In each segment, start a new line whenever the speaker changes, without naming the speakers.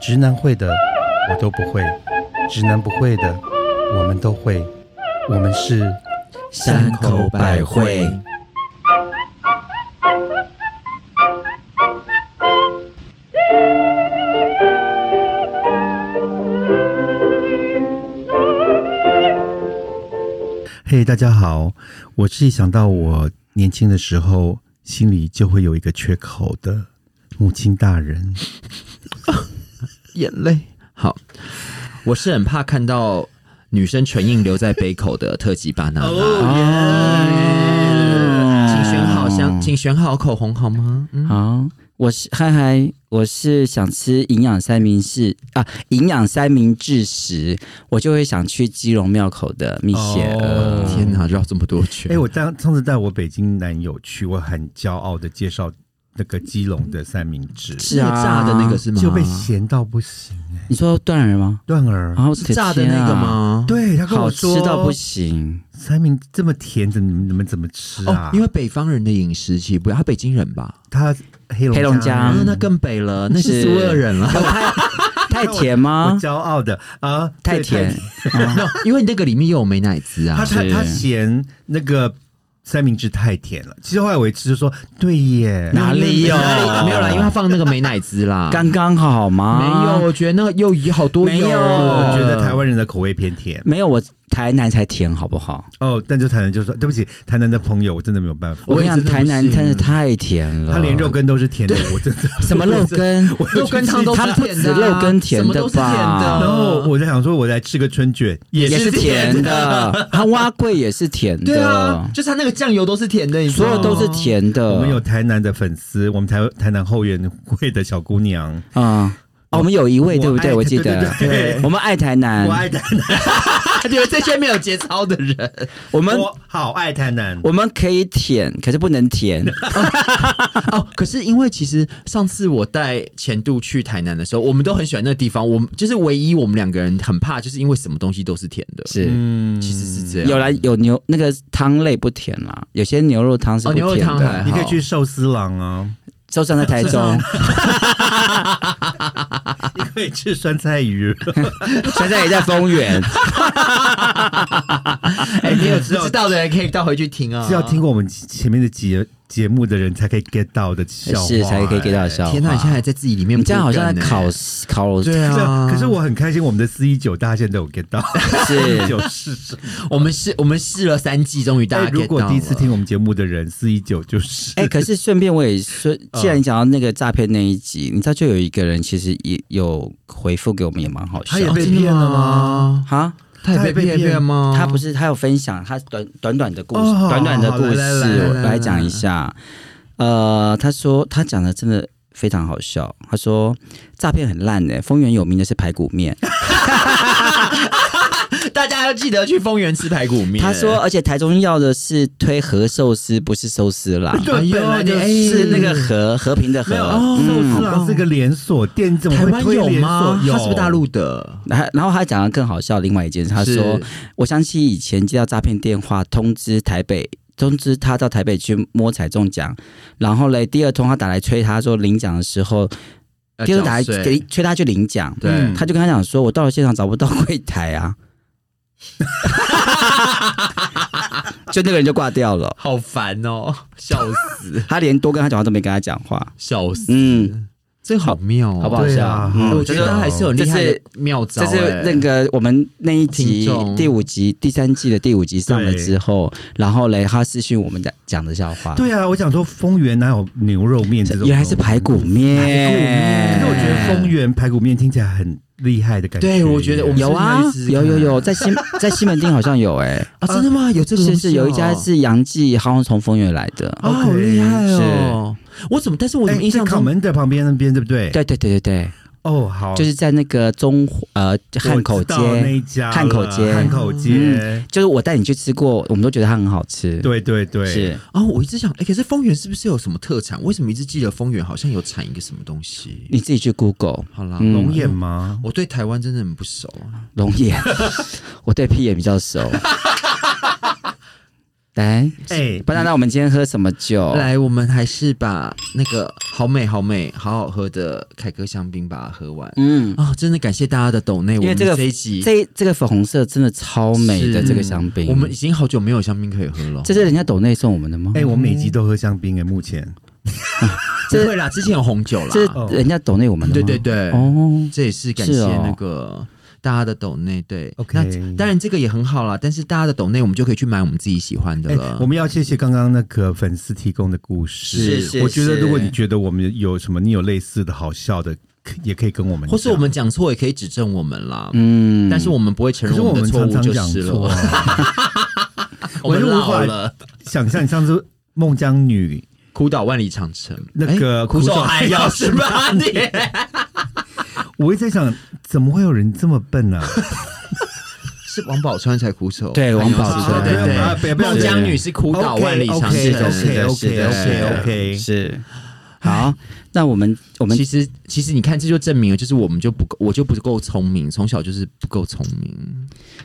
直男会的我都不会，直男不会的我们都会，我们是
山口百惠。
嘿、大家好，我是一想到我年轻的时候，心里就会有一个缺口的母亲大人。
眼泪。好，我是很怕看到女生唇印留在杯口的特级巴拿
哦
拿。请选好香，请选好口红好吗？嗯，
好，我是嗨嗨，我是想吃营养三明治啊，营养三明治时，我就会想去基隆庙口的蜜雪
哦
儿。
天哪，绕这么多圈。
哎、我当上次带我北京男友去，我很骄傲的介绍那个基隆的三明治，
是啊
那个炸的那个是吗？
就被咸到不行哎、
你说断耳吗？啊
段儿。
然后
是炸的那个？吗？
对他跟
好
我
吃
说，
到不行，
三明治这么甜，怎么你们怎么吃啊？
哦，因为北方人的饮食起不，他北京人吧？
他黑龙
黑龙江
啊
嗯，
那更北了，那是
是
苏俄人 了。
太甜
我
吗？
骄傲的啊，
太
对
甜，
No，因为你那个里面又有美乃滋啊
他。他
是
他嫌那个三明治太甜了。其实后来我一吃就说，对耶，
哪里有
没有啦，因为他放那个美乃滋啦。
啊刚刚好吗？
没有，，我觉得那个又有好多
啊没有
有
我
我
觉得台湾人的口味偏甜
没有，我台南才甜，好不好？
哦，但就台南就说对不起，台南的朋友我真的没有办法，
我跟你
也
讲，
真的不
台南
行
真的太甜了，
他连肉羹都是甜的，我真的。
什么肉羹，
肉羹汤都
它
是
不
甜的
止
啊，
肉羹甜
什么
的
都是甜的
吧
然后我在想说，我来吃个春卷也
也是
甜
甜 的，它蛙桂也是甜
对啊
的，，
就是它那个酱油都是甜的，你知
所
道吗
有都是。甜的。
哦我们有台南的粉丝，我们台台南后援会的小姑娘，
啊、哦，我们有一位
我
对不对？
爱
我记
对
得，
对对对
我们爱台南，
我爱台南，
你们这些没有节操的人，
我们
我好爱台南。
我们可以舔，可是不 能舔。
哦，可是因为其实上次我带前度去台南的时候，我们都很喜欢那个地方。我们就是唯一我们两个人很怕，就是因为什么东西都是甜的。
是、
嗯
其实是这样。
有来有牛那个汤类不甜啦，有些牛肉汤是
哦
不
牛肉
甜
汤还
的。
好
你可以去寿司郎啊，
受伤在台中，
你可以去酸菜鱼。
现在也在丰原。
哎，你有知道的人可以倒回去听啊。
是要听过我们前面的节节目的人才可以 get 到的 笑话、哎啊欸
是才可以 get 到的笑话
天哪，你现在还在自己里面
你
铺梗呢，
这样好像在烤烤肉，
对
哎。
啊，
这可是我很开心，我们的四一九大家现在都有 get 到，
是
九是什么？
我们试我们试了三季，终于大
哎
家 get
如果
到
第一次
了
听我们节目的人，四一九就是
哎、可是顺便我也说，
嗯
既然你讲到那个诈骗那一集，你知道就有一个人其实也有回复给我们，也蛮好笑
他也
哦
的。
被骗了吗？
哈，
他也被骗骗吗？
他不是他有分享他短短短的故事，
哦好
短短的故事，
来来来
我
来
来讲一下。呃，他说他讲的真的非常好笑。他说诈骗很烂哎、丰原有名的是排 骨面。
大家要记得去丰原吃排骨面。
他说，而且台中要的是推和寿司，不是寿司啦，
对
哎呦
本来就
你
啊是那个
哎
和和平的和
没。有哦，
嗯
寿司郎是个连锁店，怎么
台
会
湾
推
有
连锁
吗？？
有，
他是不是大？陆的？
然后然后他讲的更好笑，另外一件事，他说
是
我想起以前接到诈骗电话，通知台北，通知他到台北去摸彩中奖，然后嘞，第二通他打来催他说领奖的时候，
呃
第二通打来
缴税
给催他去领奖，
对
嗯
他就跟他讲说，我到了现场找不到柜台 啊，就那个人就挂掉了，
好烦哦，笑死，
他连多跟他讲话都没跟他讲话，
笑死，
嗯，
这好妙哦，
好不好
对
笑？
啊
嗯
好
我觉得
这
他
个
还是有厉害的妙招
这
哎，
是那个我们那一
听
集
众
第五集第三季的第五集上了之后，然后嘞，他私讯我们讲讲的笑话，，
对啊，我想说丰原哪有牛肉面这种东西？
原来是排骨面，
排骨面，可是我觉得丰原排骨面听起来很厉害的感觉。
对我觉得我们
有啊
是不是可以试，试
有
看
有有，在西在西门町好像有哎、
啊，真的吗？有这个
是
东西哦
是有一家是杨记，好像从丰原来的，
哦，好
OK，
厉害哦，我怎么？但是我怎么
哎，
印
在
象
考
中
门的旁边那边对不对？
对对对对对，
哦，好，
就是在那个中呃汉口
我知道那
街，
一家了，
汉口街
汉口
嗯
街，
就是我带你去吃过，我们都觉得它很好吃，，
对对对，
是
哦，我一直想，哎，可是丰原是不是有什么特产？为什么一直记得丰原好像有产一个什么东西？
你自己去 Google
好啦，
嗯
龙眼吗？
我对台湾真的很不 熟啊。
龙眼，我对屁眼比较熟。来，
哎
不然那我们今天喝什么酒？
来，我们还是把那个好美、好美、好好喝的凯歌香槟把它喝完。
嗯，
哦，真的感谢大家的抖内，我
因为
们
这个
这一集
这这个粉红色真的超美的
是
这个香槟，
哦我们已经好久没有香槟可以喝了。
这是人家抖内送我们的
嗯
吗？
哎、我每集都喝香槟哎、目前
不会啦，之前有红酒啦。
这
哦
是人家抖内我们
对
的吗？
哦对对，
哦，
这也是感
是
谢
哦
那个大家的抖内。对
哦 OK
那当然这个也很好啦，但是大家的抖内我们就可以去买我们自己喜欢的
哎、
了。
我们要谢谢刚刚那个粉丝提供的故事。
是是
我觉得如果你
是
觉得我们有什么你有类似的好笑的，可也可以跟我们讲，
或是我们讲错也可以指正我们啦。
嗯，
但是我们不会承
可是
认
我
们的
们
错
常
误
常
就
讲
是
错
了。
啊。
我
我
们
就无
老
法
了，
想象你上次孟姜女
苦岛万里长城，
那个
哎苦守 还要十八年。
我一直在想，怎么会有人这么笨 啊？
是王宝钏才苦守，
对王宝钏
对对
啊不
对，
要不要
孟姜女是苦岛万里长
OK，OK，
城。
OK，OK，OK，OK
是的是的是的
OK，OK
是好，那我们我们
其实，其实你看，这就证明了，就是我们就不够，我就不够聪明，从小就是不够聪明。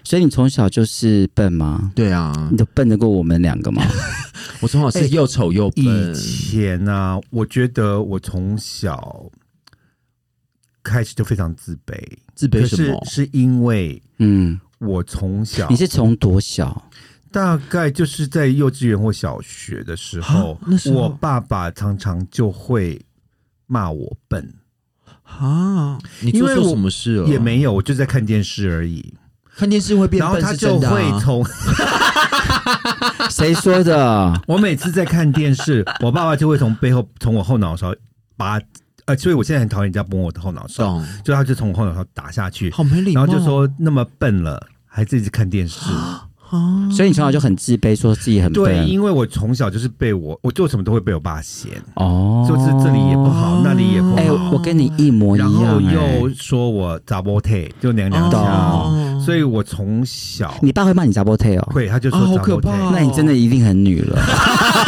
所以你从小就是笨吗？
对啊
你，都笨得过我们两个吗？
我从小是又丑又
以
笨，
前呢、啊，我觉得我从小开始就非常自卑，
自卑
可
什
是
么？
是因为
嗯，
我从小
你是从多小？
大概就是在幼稚园或小学的时候
啊，那时候
我爸爸常常就会骂我笨，
啊，你做
因为
错
我
什么事了？
也没有，我就在看电视而已。
看电视会变
然后
笨
他
是
就
真的
会
啊。
从？
谁说的
我每次在看电视，我爸爸就会从背后从我后脑勺拔，呃，所以我现在很讨厌人家摸我的后脑勺，
懂，
就他就从我后脑勺打下去，
好没礼
然
貌。
后就说那么笨了，还自己看电视。嗯
啊，
所以你从小就很自卑，说自己很
对，啊
笨
因为我从小就是被我，我做什么都会被我爸嫌，
哦，
就是这里也不好，那里也不
哎、
好，
我跟你一模一
然
样、
后
哎
又说我杂波腿，就娘娘
懂
腔，所以我从小
你爸会骂你杂波腿哦，
会，他就
啊好
说杂
可
波
怕
腿。
哦
那你真的一定很女了，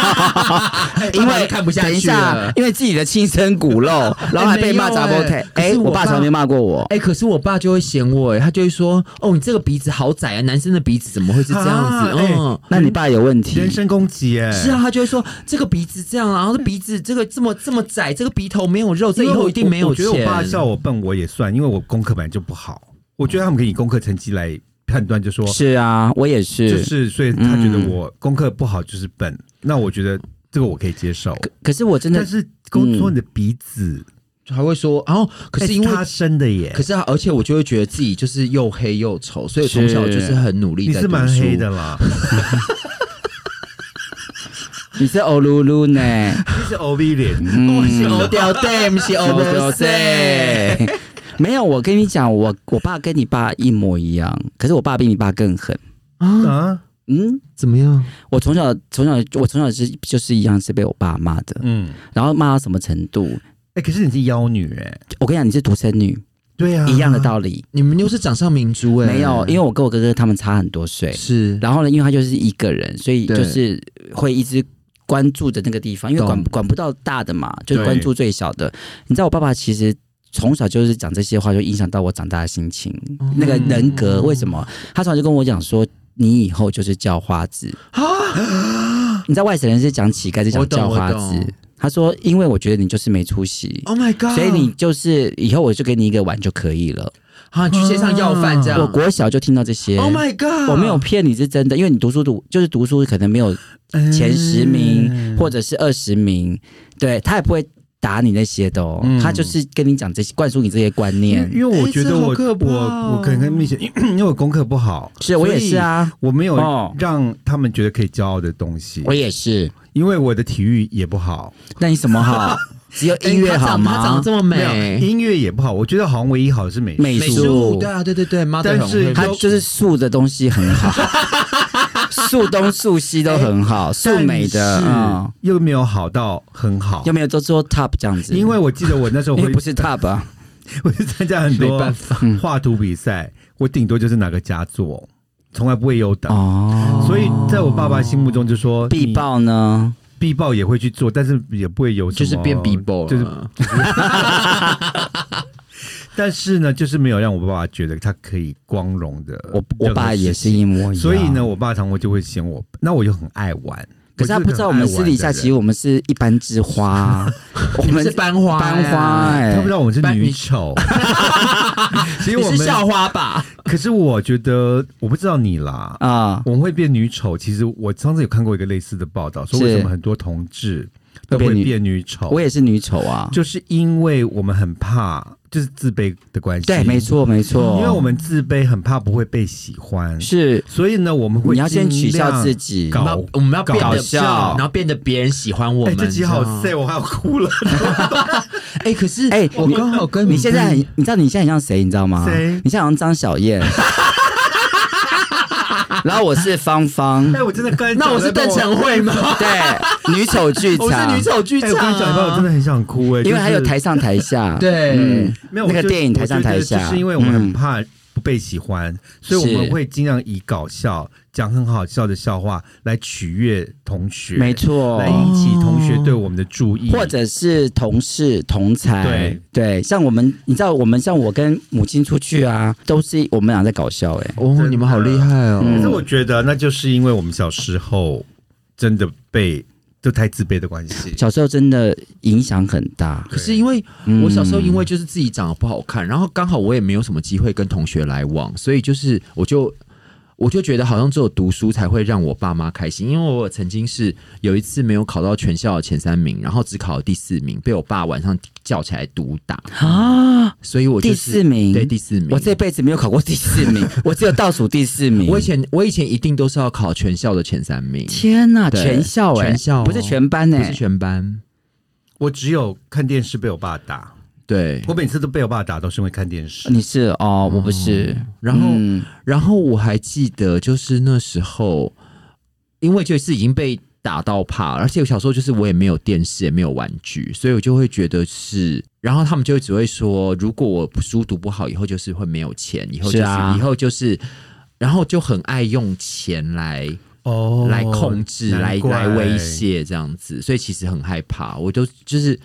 哎爸爸
因为
都 看不下
等一
去
下
了，。
因为自己的亲生骨肉，然后还被骂杂波腿
没有哎，可
哎、
是
我
我爸
爸从来没骂过我，
哎、可是我爸就会嫌我、哎，他就会说：“哦，你这个鼻子好窄啊，男生的鼻子怎么会是这样子？”
啊哎
嗯，
那你爸有问题，
人身攻击哎耶！
是啊，他就会说：“这个鼻子这样啊，然后这鼻子这个这么这么窄，这个鼻头没有肉，这以后一定没有
我觉
钱。”
得我爸笑我笨，我也算，因为我功课本来就不好。我觉得他们可以以功课成绩来判断，就说
是啊，我也是，
就是，所以他觉得我功课不好就是笨。那我觉得这个我可以接受，
可是我真的
但是工说你的鼻子，
还会说，然、后可是因为。
哎他生的耶
可，是啊，而且我就会觉得自己就是又黑又丑，所以从小就是很努力
你
在
是
读
蛮
书
黑的，啦，
你是欧噜噜呢，
你是 O V 脸， 哦
我是欧掉嗯对，不是欧掉对。
塞。 没有，我跟你讲，我我爸跟你爸一模一样，可是我爸比你爸更狠。
啊，
啊，
嗯，
怎么样？
我从小从小我从小是就是一样是被我爸骂的，
嗯，
然后骂到什么程度？
哎，可是你是妖女哎，
我跟你讲，你是独生女，
对啊，
嗯
一样的道理。
你们又是掌上明珠哎、
没有，因为我跟我哥哥他们差很多岁，
是
然后呢，因为他就是一个人，所以
对
就是会一直关注着那个地方，因为
懂
管管不到大的嘛，就是
对
关注最小的。你知道，我爸爸其实。从小就是讲这些话，就影响到我长大的心情，
哦
那个人格为什么？他从小就跟我讲说，你以后就是叫花子。你知道外省人是讲乞丐，是
我
讲
懂
叫花
啊我
子
懂。
他说，因为我觉得你就是没出息，
，Oh my God！
所以你就是以后我就给你一个碗就可以了。
啊，你去街上要饭这样。
我国小就听到这些
Oh my
嗯
god！
我没有骗你是真的，因为你读书读就是读书可能没有
哎
前十名、
嗯
或者是二十名，对他也不会打你那些的哦，
嗯
他就是跟你讲这些灌输你这些观念。
因为我觉得我
哎这好可怕
我
哦
我可能跟蜜雪， 因为我功课不好，
是我也是啊，
我没有
哦
让他们觉得可以骄傲的东西
我，也是。
因为我的体育也不好，
那你什 么好？只有音乐好
哎
她哎长
吗
得？这么
没有
美，
音乐也不好，我觉得好像唯一好的是美术。
美
美
术
术对啊，对对对，妈的
但是
他
她
就是素的东西很 好，素东素西都很好，素美的，
哎但是
嗯，
又没有好到很好
有。没有都做 top 这样子？
因为我记得我那时候
因
会
为不是 top 啊，
我去参加很
没
多
办
嗯
画图比赛，我顶多就是拿个佳作，从来不会优等。
哦，
所以在我爸爸心目中就说
必，报呢？
你必报也会去做，但是也不会有什么
就是变 B b o
就是但是呢，就是没有让我爸爸觉得他可以光荣的。
我我爸也是一模一样。
所以呢，我爸常常就会嫌我，那我又很爱玩。
可是他不知道我们私底下其实我们是一般之花 啊，我
你们
们
是班花
班
呀
花哎、
他不知道我们是
班
女
你
丑。其实
你
我
是
们，
校花吧？
可是我觉得我不知道你啦。
啊，
我们会变女丑，其实我上次有看过一个类似的报道，说为
是
什么很多同志都会
会变女
变女丑。
我也是女丑啊，
哦就是因为我们很怕，就是自卑的关系。
对，没，错没错，
因为我们自卑，很怕不会被喜欢，
是
所以呢，我们会
你要先取笑自
己。
己，
搞
我们要我们要变
搞
得
笑
然后变得别人喜欢我
哎、
们。
这集好
你知道吗
say，我还要哭了。
哎，可是
哎
我
你
刚好跟
你现在很，你知道你现在很像谁？你知道吗？
谁
你现在好像张 小燕，然后我是芳芳
哎、，我真的 刚才
那我是
讲得
邓
让
成慧吗？
对，女丑剧场，
我是女丑剧
哎、
场
我刚
啊。
才讲一半，我真的很想哭哎、
因为还有
就是
台上台下，
对
嗯，
没有
那
我
个
就
电影台上台
我觉得
下，
就是因为我们很
嗯
怕不被喜欢，所以我们
是
会尽量以搞笑、讲很好笑的笑话来取悦同学，
嗯没，错
来。引起同学对我们的注意，
或者是同事同才
对，
对，像我们，你知道，我们像我跟母亲出去啊，都是我们俩在搞笑，哎，
哦，你们好厉害哦！
可是我觉得那就是因为我们小时候真的被就太自卑的关系，
小时候真的影响很大。
可是因为
嗯
我小时候因为就是自己长得不好看，然后刚好我也没有什么机会跟同学来往，所以就是我就我就觉得好像只有读书才会让我爸妈开心，因为我曾经是有一次没有考到全校的前三名，然后只考了第四名，被我爸晚上叫起来毒打啊，所以我、就是、
第四名
对第四名，
我这辈子没有考过第四名，我只有倒数第四名。
我以前我以前一定都是要考全校的前三名，
天呐，
对
全校哎、
全校哦
不是全班
不
哎、
是全班，
我只有看电视被我爸打，
对。
我每次都被我爸打，都是因为看电视。
你是哦，我不是。
然后、
嗯
然后我还记得，就是那时候，因为就是已经被打到怕，而且我小时候就是我也没有电视，也没有玩具，所以我就会觉得是，然后他们就只会说，如果我书读不好，以后就是会没有钱，以后就是
是啊
以后就是。然后就很爱用钱来
哦
来控制、来
难怪
来威胁这样子，所以其实很害怕。我都就是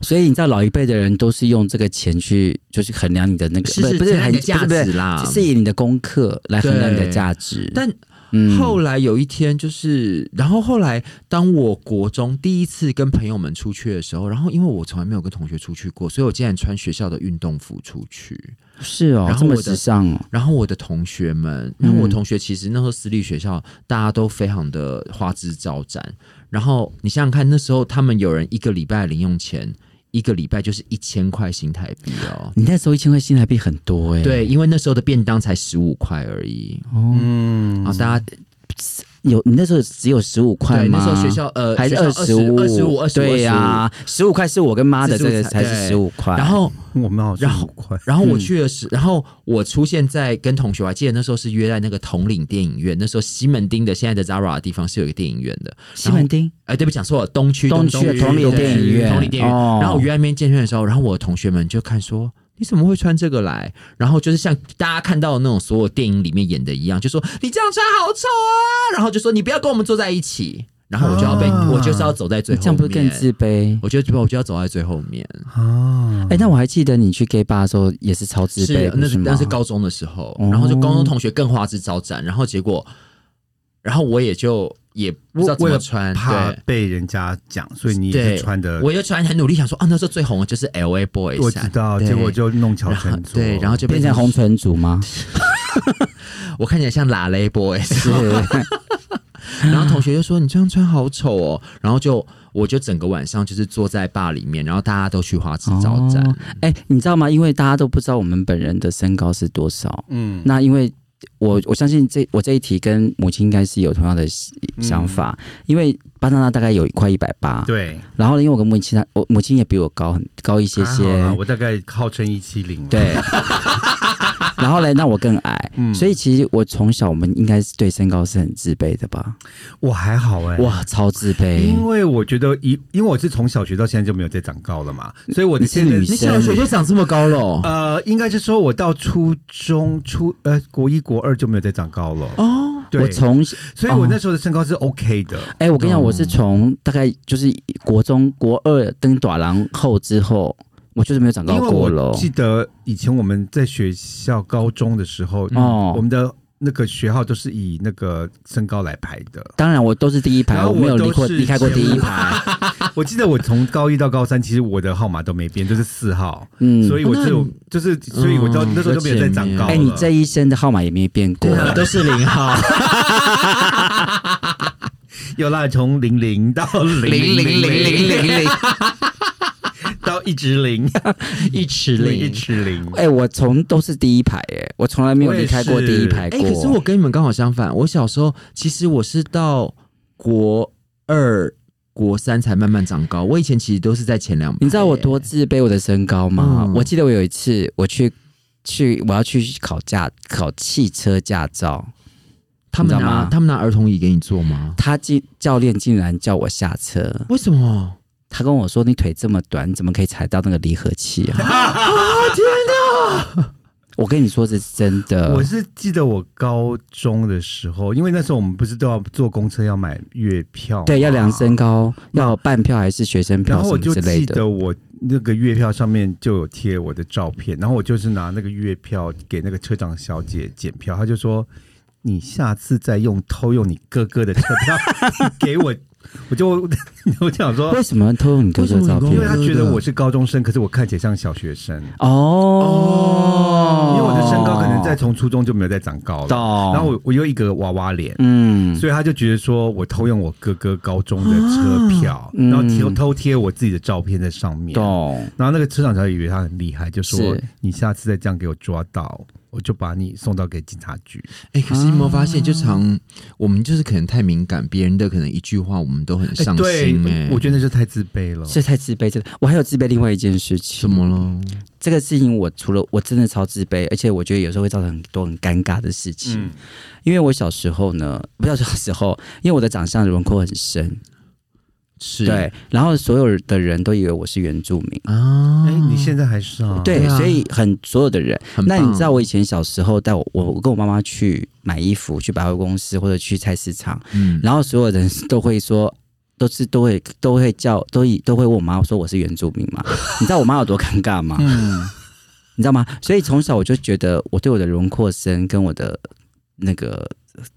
所以你知道老一辈的人都是用这个钱去，就是衡量你的那个，
是
不
是
不
衡
是
量
很
你的价
不是不
值啦
是以你的功课来衡量你的价值。
但
嗯
后来有一天，就是，然后后来，当我国中第一次跟朋友们出去的时候，然后因为我从来没有跟同学出去过，所以我竟然穿学校的运动服出去。
是哦，
然
这
后我
么
的
时尚哦，
然后我的同学们，因为
嗯
我同学其实那时候私立学校，大家都非常的花枝招展。然后你想想看，那时候他们有人一个礼拜零用钱，一个礼拜就是一千块新台币哦。
你那时候一千块新台币很多哎、
对，，因为那时候的便当才十五块而已，
嗯
然后大家
有你那时候只有十五块
对
吗？
那时候学校呃
还是
学
二
校
十五，
二十五二十五
对呀、十五块是我跟妈的这
15
个才是
对
十五块，
然后
我们好像
然后
很快
然后我去的是，然后我出现在跟同学，我还记得那时候是约在那个统领电影院，那时候西门町的现在的 Zara 的地方是有一个电影院的。
西门町
哎，对不起，讲错了，东区
东
区
区的同
领
里电影院，
同里电影院。
哦
然后我约在那边见面的时候，然后我的同学们就看说。你怎么会穿这个来？然后就是像大家看到的那种所有电影里面演的一样，就说你这样穿好丑啊！然后就说你不要跟我们坐在一起。然后我就要被，
啊
我就是要走在最
你
后面。
这样不是更自卑？
我就我就要走在最后面。
啊
哎、，那我还记得你去 gay bar 的时候也是超自卑，
是啊那
不是吗
那是高中的时候，
哦
然后就高中同学更花枝招展，然后结果，然后我也就也不知道怎
为
么
了
穿，
怕
对。
被人家讲，所以你也
对
是穿的，
我就穿很努力，想说啊，那时候最红的就是 L A Boys，
我知道，
对
结果就弄巧
然后
成拙。
对，然后就
变成红，唇 族吗？
我看起来像拉雷 Boys，
是，
然后同学就说你这样穿好丑哦，然后就我就整个晚上就是坐在坝里面，然后大家都去花枝招展，
哦哎、你知道吗？因为大家都不知道我们本人的身高是多少，
嗯，
那因为我我相信这我这一题跟母亲应该是有同样的
嗯
想法，因为巴娜娜大概有快一百八，
对，
然后呢，因为我跟母亲她，我母亲也比我高很高一些
还啊好啦
些，
我大概号称一七零，
对。 然后呢，那我更矮，
嗯
所以其实我从小我们应该是对身高是很自卑的吧？
我还好哎，
哇，超自卑！
因为我觉得一，因为我是从小学到现在就没有再长高了嘛，所以我的
你是
现在
女
你小学就长这么高了哦
呃，应该是说我到初中初呃国一国二就没有再长高了
哦，
对
我，从
所以我那时候的身高是 OK 的，
哎、我跟你讲，我是从大概就是国中国二登短廊后之后，我就是没有长高
因为
过
我
喽。
记得以前我们在学校高中的时候，
哦
我们的那个学号都是以那个身高来排的。
当然，我都是第一排，
然后
我没有
我都
离过
是
离开过第一
前五
排。
我记得我从高一到高三，其实我的号码都没变，就是四号，
嗯，
所以我就就是，所以我到
嗯
那时候就没有再长高了。
哎、你这一生的号码也没变过。
啊，都是零号，
有啦，从零零到零
零零，
到一直零，
一尺
零一
零。
直零。
哎、我从都是第一排、哎，我从来没有离开过
我也是
第一排
哎、
过。
可是我跟你们刚好相反，我小时候其实我是到国二、国三才慢慢长高，我以前其实都是在前两排。
你知道我多自卑我的身高吗？
嗯
我记得我有一次我去去我要去考驾考汽车驾照，
他们
啊
你知道
拿
吗
他们拿儿童椅给你坐吗？
他竟教练竟然叫我下车，
为什么？
他跟我说：“你腿这么短，你怎么可以踩到那个离合器 啊？”啊！天哪！我跟你说这是真的，
我是记得我高中的时候，因为那时候我们不是都要坐公车要买月票，
对要量。身高，要半票还是学生
然
票
后
什
我
么
就
之类
记
的。
得我那个月票上面就有贴我的照片，然后我就是拿那个月票给那个车长小姐检票，她就说：“你下次再用偷用你哥哥的车票 给我。”我就 我就想 说，
为什么偷用你哥哥的
因
照片
为
为什
他
么
啊？
你
觉得我是高中生，可是我看起来像小学生，
哦
哦因，为我的身高可能在从初中就没有再长高了。
懂
然后我我又一个娃娃脸，
哦嗯，
所以他就觉得说我偷用我哥哥高中的车票，
嗯
然后偷偷贴我自己的照片在上面。
懂
然后那个车长小姐以为他很厉害，就说
是
你下次再这样给我抓到，我就把你送到给警察局。
哎、可是你有没有发现，就常我们就是可能太敏感，别人的可能一句话，我们都很
哎
上
对
心、哎，，
我觉得那就太自卑了。
这太自卑，真的。我还有自卑另外一件事情，
怎么了？
这个事情我除了我真的超自卑，而且我觉得有时候会造成很多很尴尬的事情。
嗯，
因为我小时候呢， 不要小时候，因为我的长相轮廓很深，
是
对，然后所有的人都以为我是原住民，
啊，
哎，你现在还是啊？
对，
对啊
所以很所有的人。
很
那
棒
你知道我以前小时候带我我我跟我妈妈去买衣服，去百货公司或者去菜市场，
嗯，
然后所有人都会说。都是都会都会叫都以都会问我妈说我是原住民嘛？你知道我妈有多尴尬吗？
嗯，
你知道吗？所以从小我就觉得我对我的轮廓深跟我的那个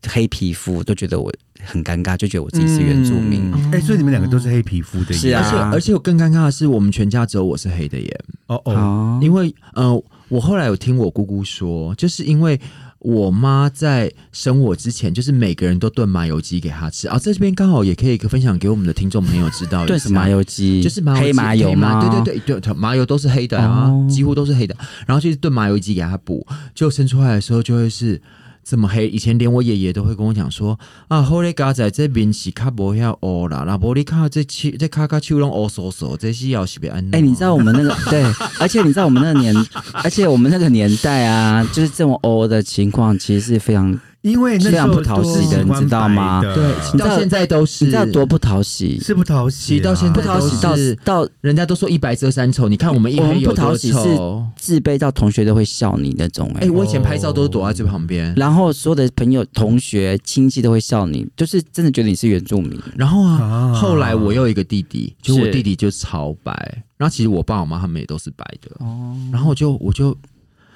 黑皮肤都觉得我很尴尬，就觉得我自己是原住民。
嗯哎，所以你们两个都是黑皮肤的耶，
是啊
而且而且我更尴尬的是，我们全家只有我是黑的耶，
哦哦，
哦，
因为呃，我后来有听我姑姑说，就是因为。我妈在生我之前，就是每个人都炖麻油鸡给她吃啊。这边刚好也可以分享给我们的听众朋友知道一下，
炖什么麻油鸡？
就是麻油鸡
黑麻油
黑
吗？
对对对对，麻油都是黑的啊，
哦
几乎都是黑的。然后就是炖麻油鸡给它补，就生出来的时候就会是这么黑。以前连我爷爷都会跟我讲说啊，后来嘎仔这边是卡不要黑啦，那玻璃卡这手这卡卡手拢黑嗖嗖，这是要是别安。
哎、你知道我 们那个对，而且你知道我们那个年，而且我们那个年代啊，就是这种欧的情况，其实是非常，
因为那
非
时
常
候
啊不讨喜的
都喜欢
你知道吗
白的
对，
你知道
到现在都是
你知道多不讨喜，
是不讨
其
喜啊，
实到现在
不讨
都
喜到
是
到
人家都说一白遮三丑，你看我们一
我
黑
们
有
不讨
多
喜是
丑。
自卑到同学都会笑你那种、哎、
哎、我以前拍照都是躲在最旁边，
然后所有的朋友、同学、亲戚都会笑你，就是真的觉得你是原住民。
然后啊，
啊
后来我又有一个弟弟，就我
是
弟弟就超白，然后其实我爸我妈他们也都是白的，
哦
然后我就我就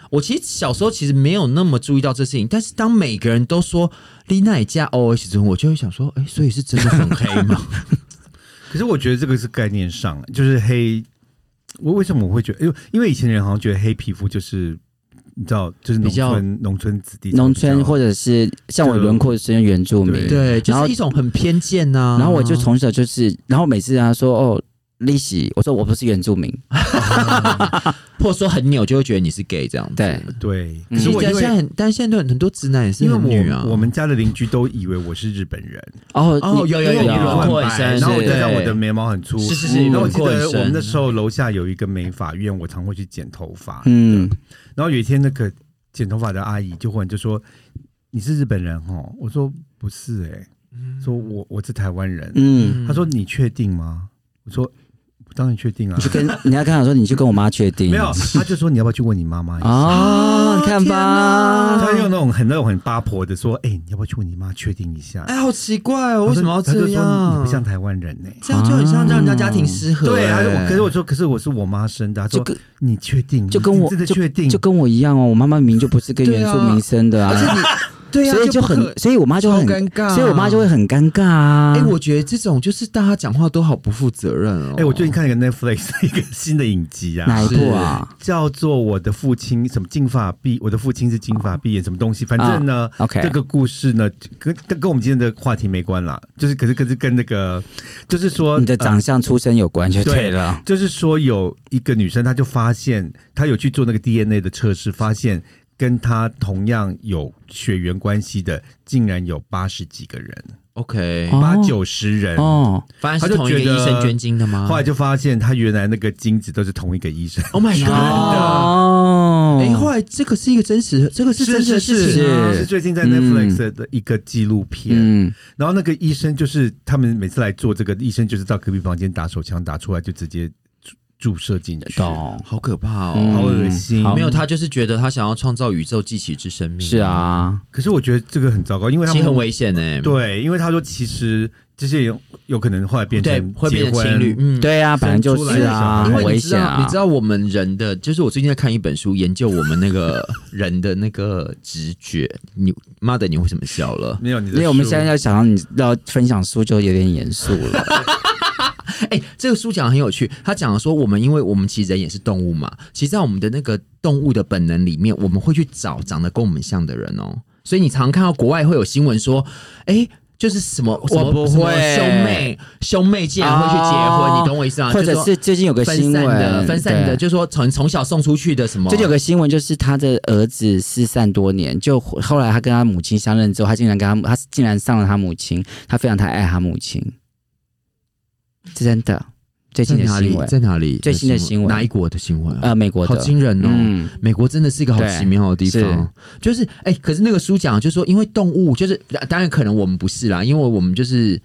我其实小时候其实没有那么注意到这事情，但是当每个人都说丽娜也嫁 O S 之后，我就会想说，哎、所以是真的很黑 吗？
可是我觉得这个是概念上，就是黑。我为什么我会觉得？因为因为以前人好像觉得黑皮肤就是你知道，就是农
比较
村农村子弟，
农村或
者
者是像我轮廓是原住民，
对，就
然后
是一种很偏见啊呐、
然后我就从小就是，然后每次他说哦。利息，我说我不是原住民，
或者说很扭，就会觉得你是 gay 这样子。
对，
对。可
嗯
是
其
我
实
因
现在
为
很，但是现在很多直男也是
因为
很女啊
我。我们家的邻居都以为我是日本人，
哦
哦
你
有有
因为
有
我
有
轮廓
有
很白，
有
然后我
是
加上
对
我的眉毛很粗。
是是是，
然后我
轮
记
廓很
得我们那
深
时候楼下有一个美发院，我常会去剪头发。
嗯，
然后有一天，那个剪头发的阿姨就忽然就说：“你是日本人哦？”我说：“不是、欸，哎，说我我是台湾人。”
嗯，
他说：“你确定吗？”我说：“当然确定啊
你，去跟人家刚想说，你去跟我妈确定，
没有，他就说你要不要去问你妈妈一下？
啊
哦，你看吧，
他用那种很那种很八婆的说，哎、你要不要去问你妈确定一下？
哎，好奇怪哦，为
他说
什么要
他就
这
说
样？
你不像台湾人呢、
这样就很像让人家家庭失和、
对，
哎
他说我可是我说，可是我是我妈生的。他
就
说
跟
你确定吗？
就跟我
你真的
就
确
嗯
定？
就跟我一样哦，我妈妈明明就不是跟原住民生的
而且
啊，
你 对呀、
所以就
不可
很，所以我妈就会很
超尴尬
所以我妈就会很尴尬啊。
哎、我觉得这种就是大家讲话都好不负责任哦。
哎、我最近看了一个 Netflix 一个新的影集啊，
哪一部啊
叫做《我的父亲》，什么金发碧，我的父亲是金发碧眼，什么东西？反正呢、
啊，OK
这个故事呢，跟跟跟我们今天的话题没关啦，就是可是可是跟那个，就是说
你的
呃
长相、出身有关就对了。
就是说有一个女生，她就发现她有去做那个 DNA 的测试，发现跟她同样有血缘关系的，竟然有八十几个人，
OK，、
哦
八九十人。
哦，
反正是同一个医生捐精的吗？
后来就发现，她原来那个精子都是同一个医生。
Oh my God！
哦，
哎、后来这个是一个真实，这个是真实的事情啊。
是最近在 Netflix 的一个纪录片，
嗯，
然后那个医生就是他们每次来做这个医生，就是到隔壁房间打手枪，打出来就直接注注射进去，
懂，
好可怕哦！
嗯
好恶心。
好
没有，他就是觉得他想要创造宇宙记起之生命。
是，啊，
可是我觉得这个很糟糕，因为他
其
们
实很危险
嗯
哎、，
对，因为他说其实这些有有可能后来变
对，
成
会
结
变成
婚
情侣。嗯，
对啊，本来就
生出来
是啊，
的小孩
很
因为
危
你知
险
道，
啊，
你知道我们人的，就是我最近在看一本书，研究我们那个 人的那个直觉。你妈的，你为什么笑了？
没有你的
因为我们
书
现在要想要你要分享书就有点严肃 了，
哎、这个书讲得很有趣，他讲说我们因为我们其实人也是动物嘛，其实在我们的那个动物的本能里面，我们会去找长得跟我们像的人哦。所以你常看到国外会有新闻说，哎、就是什么什么
我不
什么
会
兄妹兄妹竟然会去结婚，
哦
你懂我意思吗？
或者
啊就说
是最近有个
分
新
散的
闻，
分散的，
对。
就说从从小送出去的什么，
最近有个新闻，就是他的儿子失散多年，就后来他跟他母亲相认之后，他竟然跟他母他竟然上了他母亲，他非常他爱他母亲，是真的。最
在
近的
哪
新
里
闻？，
在哪里？
最新的新闻
哪一国的新闻啊？
呃，美国
好
的，
惊人哦！
嗯，
美国真的是一个好奇妙的地方，就是哎、可是那个书讲就是说，因为动物就是啊当然可能我们不是啦，因为我们就是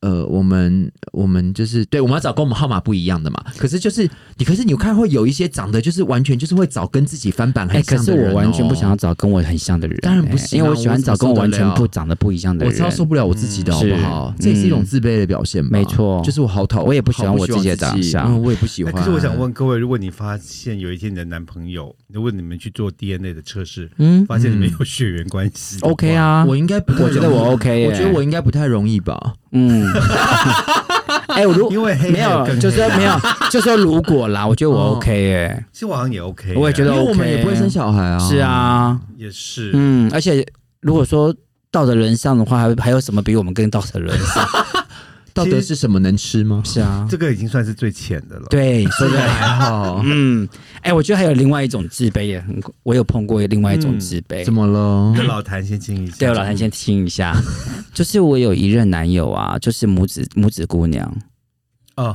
呃，我们我们就是对，我们要找跟我们号码不一样的嘛。可是就是你，可是你看会有一些长得就是完全就是会找跟自己翻版
哎、
很
可
像
是
的人、哦
我完全不想要。找跟我很像的人、
当然
哎
不行啊
因为我喜欢找跟我完全
我怎么受得
不
了
长得不一样的
我
人。
超受不了我自己的好不好？
是
这也是一种自卑的表现吧。
嗯没错
就是我好讨，
我也不喜欢
好
我自己的长相
嗯我也不喜
哎
欢。
可是我想问各位，如果你发现有一天你的男朋友，如果你们去做 DNA 的测试，
嗯
发现你们有血缘关系的话
，OK，啊，
我应该不太容易，
我觉得我 OK 耶
我觉得我应该不太容易吧。
嗯，哎、我如
因为黑
没有
还更，黑
就是说没有，就是说如果啦，我觉得我
哦
OK 哎、
其实我好像也 OK，啊
我也觉
因
得
为
OK，
我们也不会生小孩啊。
是啊，
也是。
嗯，而且如果说道德沦丧的话，还还有什么比我们更道德沦丧？
道德 是什么能吃吗？
是啊，
这个已经算是最浅的了。
对，说的
还好，
嗯，哎、我觉得还有另外一种自卑也很，我有碰过另外一种自卑。
嗯怎么了？
跟老谭先亲一下。
对，我老谭先听一下， 就是我有一任男友啊，就是母子母子姑娘，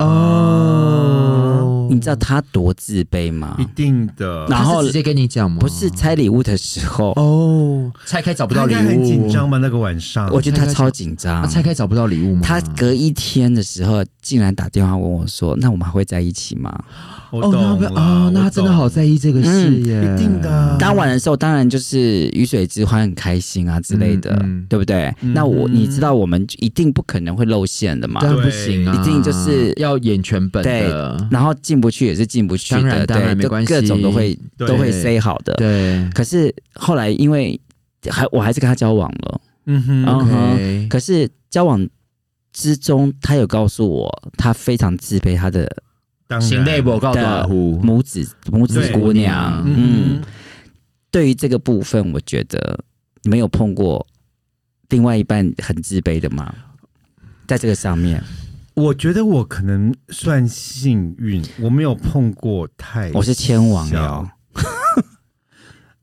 哦，
哦，
你知道他多自卑吗
一？定的。
那
然
他
后
是
直
直
接
接
跟你讲吗？
不是拆礼物的时候，
哦，拆开找不
他应
到礼
该很
物，
紧张。吗？那个晚上，
我觉得他超紧
那。
张
啊拆开找不到礼物吗？啊
他隔一天的时候，竟然打电话问我说：“那我们还会在一起吗
我
哦，
懂
那
了
不哦，那他真的好在意这个事耶，
嗯一定的。。”
当晚的时候，当然就是鱼水之欢，很开心啊之类的，
嗯嗯
对不对？
嗯
那我
嗯
你知道，我们一定不可能会露馅的嘛。
当然不行啊，
一定就是
要演全本的，
然后进不去也是进不去
当
的，
然当然
对，
没
就
关
各种都
系
会
对
都会 say 好的。
对
可是后来因为还我还是跟他交往了，
嗯哼，
嗯哼
，OK，
可是交往之中，他有告诉我，他非常自卑他的
当然
行内不告短裤，
母子母子
对
姑娘。
嗯
嗯，对于这个部分，我觉得你们有碰过另外一半很自卑的吗？在这个上面，
我觉得我可能算幸运，我没有碰过太
我是千王
小
哟。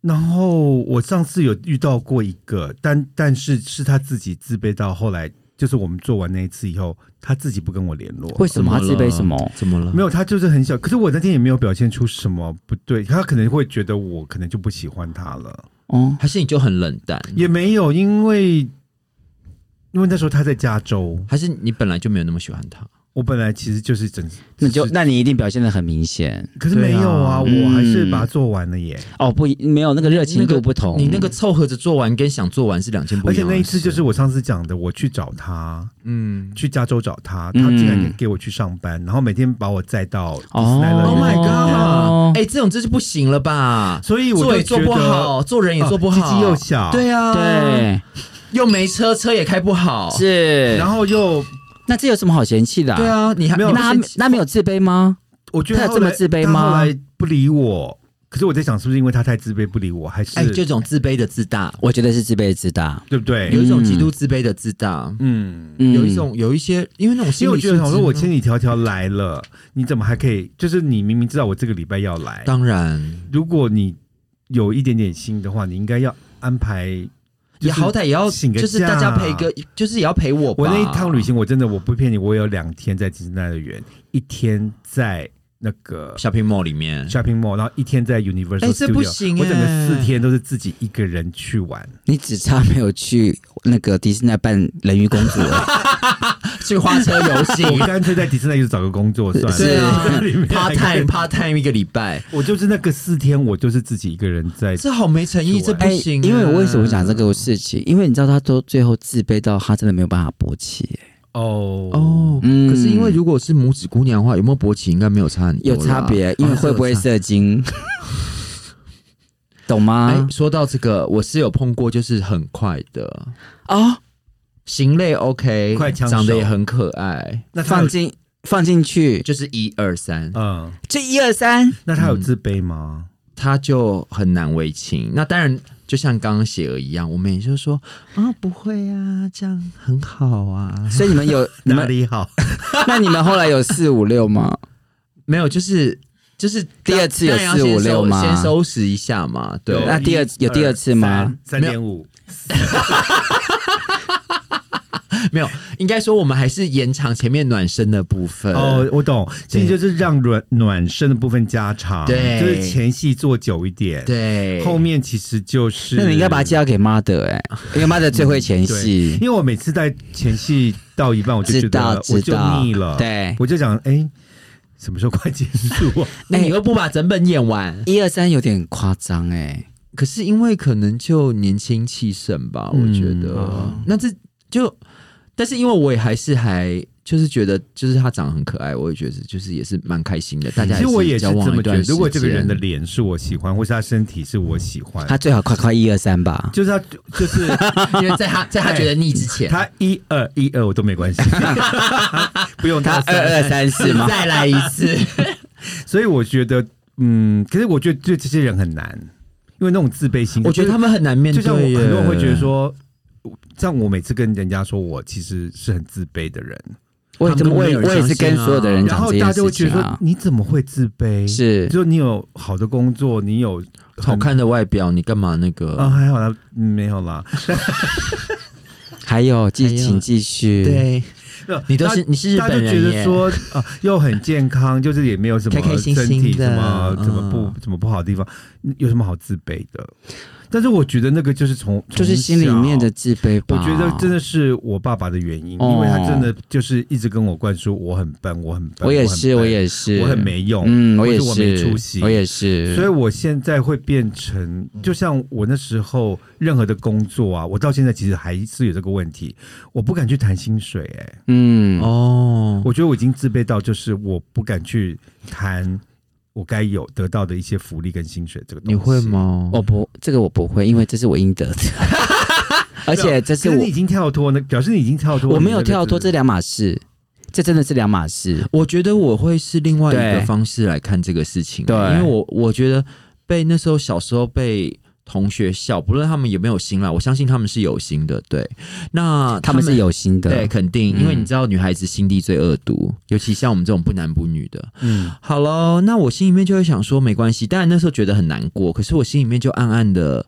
然后我上次有遇到过一个，但但是是他自己自卑到后来，就是我们做完那一次以后，他自己不跟我联络。
为什么他自卑？什么？
怎么了？
没有，他就是很小。可是我那天也没有表现出什么不对，他可能会觉得我可能就不喜欢他了，
哦，
还是你就很冷淡，
嗯
也没有，因为因为那时候他在加州，
还是你本来就没有那么喜欢他？
我本来其实就是整，
那就
只是
那你一定表现的很明显
可是没有啊，
对嗯
我还是把它做完了耶。
哦，不一，没有那个热情
那
度
个
不同。
你那个凑合着做完跟想做完是两件
哦
不
而
一
且
样的事。
那一次就是我上次讲的，我去找他，
嗯
去加州找他，
嗯
他竟然给我去上班，然后每天把我载到
哦
Disneyland
，Oh my
哦
god！哎、这种这就不行了吧？
所以我
做
就
也做
觉
不
得
好，做人也
哦
做不好，
鸡鸡又小，，
对啊，，
对
又没车，车也开不好，
是
然，后又
那这有什么好嫌弃的？
对，啊，你还
没有
那他那没有自卑吗？
我觉得
他有
后来
这么自卑
他
吗
后来不理我，可是我在想，是不是因为他太自卑不理我，还是、
哎，这种自卑的自大，
我觉得是自卑自大。
对不对
有？一种极度自卑的自大，
嗯，
嗯
有一种有一些，因为那种
因
心
为我
理嗯
觉
素
得
质
想
呢，
说，我千里迢迢来了，你怎么还可以？就是你明明知道我这个礼拜要来，
当然
如果你有一点点心的话，你应该要安排，就是
也好歹也要，
请个
就是
假
大家陪个，就是也要陪我吧。
我那一趟旅行，我真的我不骗你，我有两天在迪士尼乐园，一天在那个
，shopping mall 里面，
shopping mall，然后一天在 Universal
哎这不
Studio，、
行
我整
哎
个四天都是自己一个人去玩。
你只差没有去那个迪士尼扮人鱼公主 了，
去花车游 戏
我干脆在迪士尼就是找个工作算了，
对啊
里面还
，part
可以
time part time 一个礼拜，
我就是那个四天，我就是自己一个人在。
这好没诚意，
是
这
啊
不行啊。
哎因为我为什么讲这个事情？因为你知道他都最后自卑到他真的没有办法勃起，
哦
哦，
嗯
可是因为如果是拇指姑娘的话，有没有勃起应该没有差很多
有
啦，
差别，因为
哦
会不会？
是有差
射精，
哦
懂
哎
吗，？
说到这个，我是有碰过，就是很快的
哎
哦，
型类 OK，
快枪手
长得也很可爱，
那他有
放进放进去，
就是一二三，
哦
嗯，
这一二三，
那他有自卑吗？
他就很难为情。那当然，就像刚刚写儿一样，我们也就是说啊，不会啊，这样很好啊。
所以你们有你
哪
们
里好？
那你们后来有四五六吗？
没有，就是就是
第二次有
当然要先
456
收
吗
先收拾一下嘛，对。
那第二有第二次吗？
三点五，
没有，应该说我们还是延长前面暖身的部分。
呃
哦，我懂，其实就
对
是让暖暖身的部分加长，
对
就是前戏做久一点，，
对，
后面其实就是，
那你应该把它介绍给 mother 哎、因为 mother 最会前
对，因
戏，
为我每次在前戏到一半，我就觉
知道
得我
知
就
道
腻了，，
对，
我就想，哎，什么时候快结束 啊？
那你又不把整本演完？
一二三有点夸张哎，
可是因为可能就年轻气盛吧，我
嗯
觉得。那这就，但是因为我也还是还就是觉得，就是他长得很可爱，我也觉得就是也是蛮开心的。大家
其实我也是
交往
这
了
么觉
一段
得
时。间
如果这个 人的脸是我喜欢，或是他身体是我喜欢，
他最好夸夸一二三吧。
就是他就是
因为在他在他觉得腻之 前，
他一二一二我都没关 系，不用
他
他
二二三 四吗？
再来一次，
所以我觉得，嗯，可是我觉得对这些人很难，因为那种自卑心，
我觉得他们很难面
就
对
像我
耶。
很多人会觉得说。像我每次跟人家说我其实是很自卑的人，
我也这么，我也
他们都
我
没有人
也是跟
相信啊
所有的人
然
讲
后
这
大家
件
就会
事
觉
情
得说
啊，
你怎么会自卑？
是
就你有好的工作，你有很
好看的外表，你干嘛那个？
啊，还好啦，嗯没有啦。
还有继
还有
请继续，，
对，
没有
你都是你是日
大家
本
就觉
人
得
耶。
说啊，又很健康，就是也没有什么
开开心心
身体
的
什么
嗯
怎么不怎么不好的地方，有什么好自卑的？但是我觉得那个就是从
就是心里面的，自卑
从
吧。
小我觉得真的，是我爸爸的原因，
哦
因为他真的就是一直跟我灌输我很笨，我很笨，
我也
很
是，
笨
我也是，
我很，没用，
嗯，
或
也
是
是，
我没出息，
我也是，嗯
所以我现在会变成，就像我那时候任何的工作啊，我到现在其实还是有这个问题，我不敢去谈薪水、哎，
嗯，
哦，
我觉得我已经自卑到，就是我不敢去谈我该有得到的一些福利跟薪水这个东
你
西。
会？吗？
我不，这个我不会，因为这是我应得 的，而且这是
可是
我
你已经跳脱呢，表示你已经跳脱，
我没有跳脱，这
里。
两码事，这真的是两码事。
我觉得我会是另外一
对
个方式来看这个事情，欸
对
因为我我觉得被那时候小时候被同学笑，不论他们有没有心啦，我相信他们是有心的，对，那
他们是有心的，
对，肯定，
嗯
因为你知道女孩子心地最恶毒，尤其像我们这种不男不女的。
嗯，
好了，那我心里面就会想说，没关系。当然那时候觉得很难过，可是我心里面就暗暗的